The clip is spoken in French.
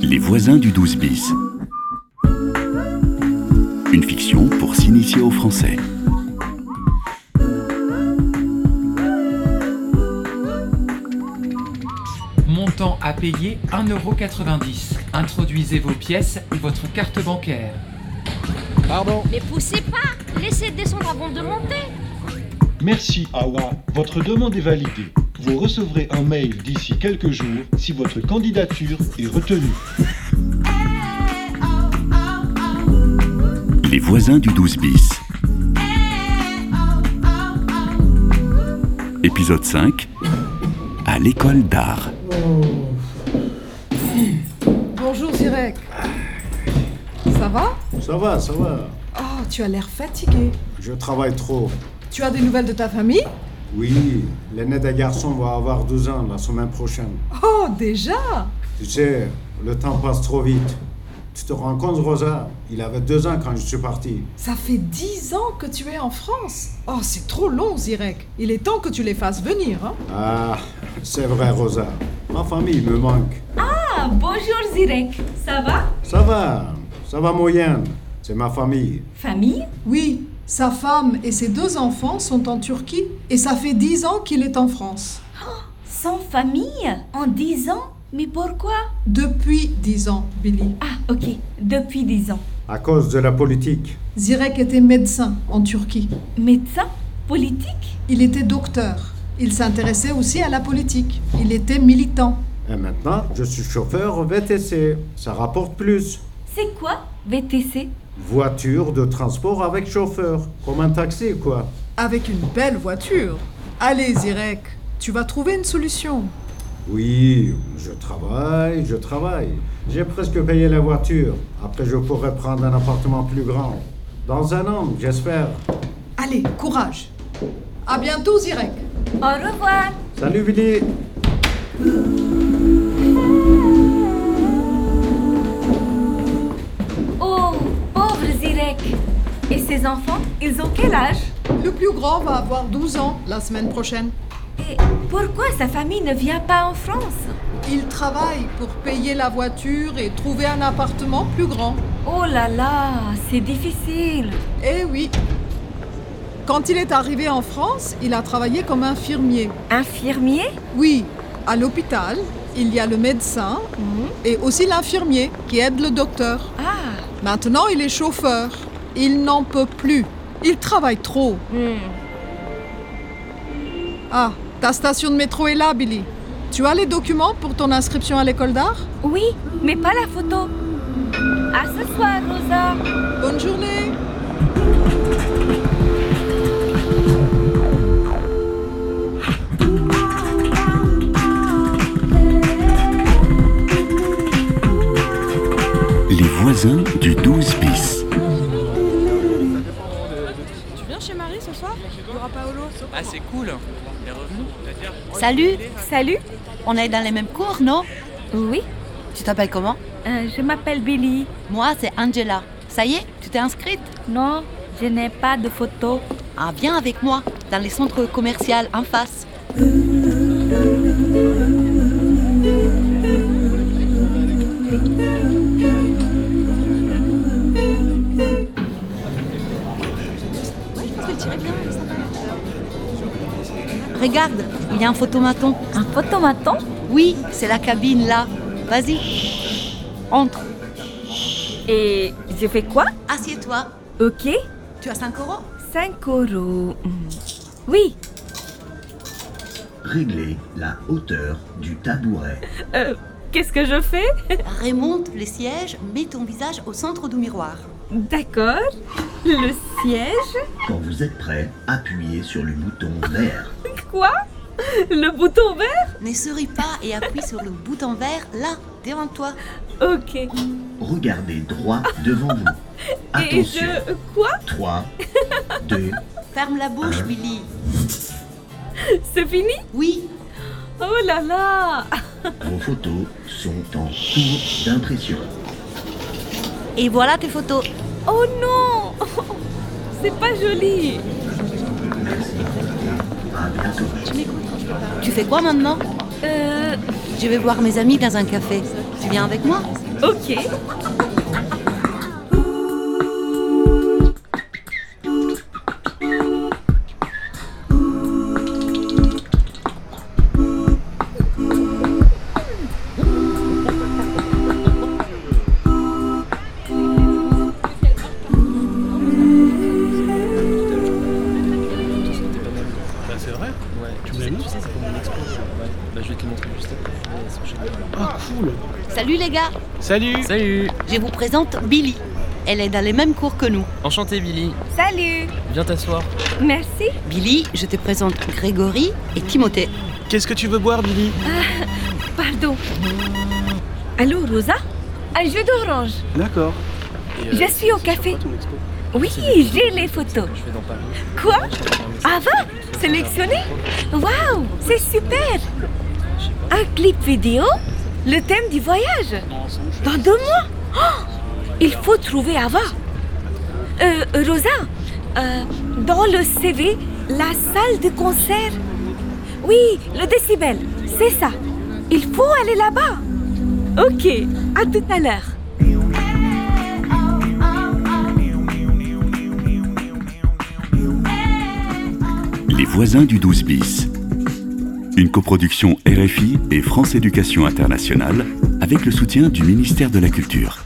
Les voisins du 12 bis. Une fiction pour s'initier au français. Montant à payer 1,90€. Introduisez vos pièces et votre carte bancaire. Pardon Mais poussez pas Laissez descendre avant de monter Merci, Awa. Votre demande est validée. Vous recevrez un mail d'ici quelques jours si votre candidature est retenue. Les voisins du 12 bis. Épisode 5. À l'école d'art. Bonjour Zirek. Ça va Ça va, ça va. Oh, tu as l'air fatigué. Je travaille trop. Tu as des nouvelles de ta famille Oui, l'aîné des garçons va avoir 12 ans la semaine prochaine. Oh, déjà Tu sais, le temps passe trop vite. Tu te rends compte, Rosa Il avait deux ans quand je suis parti. Ça fait dix ans que tu es en France. Oh, c'est trop long, Zirek. Il est temps que tu les fasses venir. hein. Ah, c'est vrai, Rosa. Ma famille me manque. Ah, bonjour Zirek, ça va Ça va, ça va moyenne. C'est ma famille. Famille Oui, sa femme et ses deux enfants sont en Turquie et ça fait dix ans qu'il est en France. Sans famille En 10 ans Mais pourquoi Depuis dix ans, Billy. Ah, ok, depuis 10 ans. À cause de la politique. Zirek était médecin en Turquie. Médecin Politique Il était docteur. Il s'intéressait aussi à la politique. Il était militant. Et maintenant, je suis chauffeur VTC. Ça rapporte plus. C'est quoi VTC Voiture de transport avec chauffeur. Comme un taxi, quoi. Avec une belle voiture. Allez, Zirek, tu vas trouver une solution. Oui, je travaille, je travaille. J'ai presque payé la voiture. Après, je pourrai prendre un appartement plus grand. Dans un an, j'espère. Allez, courage. À bientôt, Zirek. Au revoir Salut, Billy. Oh, pauvre Zirek Et ses enfants, ils ont quel âge Le plus grand va avoir 12 ans la semaine prochaine. Et pourquoi sa famille ne vient pas en France Il travaille pour payer la voiture et trouver un appartement plus grand. Oh là là, c'est difficile Eh oui. Quand il est arrivé en France, il a travaillé comme infirmier. Infirmier Oui, à l'hôpital, il y a le médecin mm, et aussi l'infirmier qui aide le docteur. Ah, Maintenant, il est chauffeur. Il n'en peut plus. Il travaille trop. hmm. Ah, ta station de métro est là, Billy. Tu as les documents pour ton inscription à l'école d'art oui, mais pas la photo. À ce soir, Rosa Bonne journée Les voisins du 12 bis. Viens chez Marie ce soir Il y aura Paolo. Ah, c'est cool. Les revenus, c'est-à-dire Salut, Salut on est dans les mêmes cours, non Oui, Tu t'appelles comment euh, je m'appelle Billy. Moi, c'est Angela. Ça y est, tu t'es inscrite Non, je n'ai pas de photo. Ah, viens avec moi, dans les centres commerciaux en face. Regarde, il y a un photomaton. Un photomaton Oui, c'est la cabine là. Vas-y, entre. Et je fais quoi Assieds-toi. Ok, Tu as 5 euros 5 euros. Hmm. Oui, Régler la hauteur du tabouret. Euh, qu'est-ce que je fais Remonte les sièges, mets ton visage au centre du miroir. D'accord, le siège Quand vous êtes prêt, appuyez sur le bouton vert. Quoi Le bouton vert Ne souris pas et appuie sur le bouton vert là, devant toi. Ok. Regardez droit devant vous. Et Attention. je... Quoi 3, 2, Ferme la bouche, Billy. C'est fini Oui, Oh là là vos photos sont en cours d'impression. et voilà tes photos. Oh non C'est pas joli À bientôt. Tu fais quoi maintenant Euh... Je vais voir mes amis dans un café. Tu viens avec moi Ok. Bah c'est vrai Ouais. Tu me l'as Tu sais, c'est pour mon expo. Ouais. Bah je vais te le montrer juste après. Ouais, c'est génial. Ah cool Salut les gars Salut Salut Je vous présente Billy. Elle est dans les mêmes cours que nous. Enchanté Billy. Salut Viens t'asseoir. Merci. Billy, je te présente Grégory et Timothée. Qu'est-ce que tu veux boire Billy Pardon. Allô, Rosa Un jus d'orange. D'accord. euh, Je suis au café. Oui, j'ai les photos. Je vais dans Paris. Quoi Ah va Sélectionné Waouh, c'est super Un clip vidéo Le thème du voyage Dans deux mois Oh, Il faut trouver Ava euh, Rosa, euh, dans le CV, la salle de concert Oui, le décibel, c'est ça Il faut aller là-bas Ok, à tout à l'heure Les voisins du 12 bis. Une coproduction RFI et France Éducation Internationale avec le soutien du ministère de la Culture.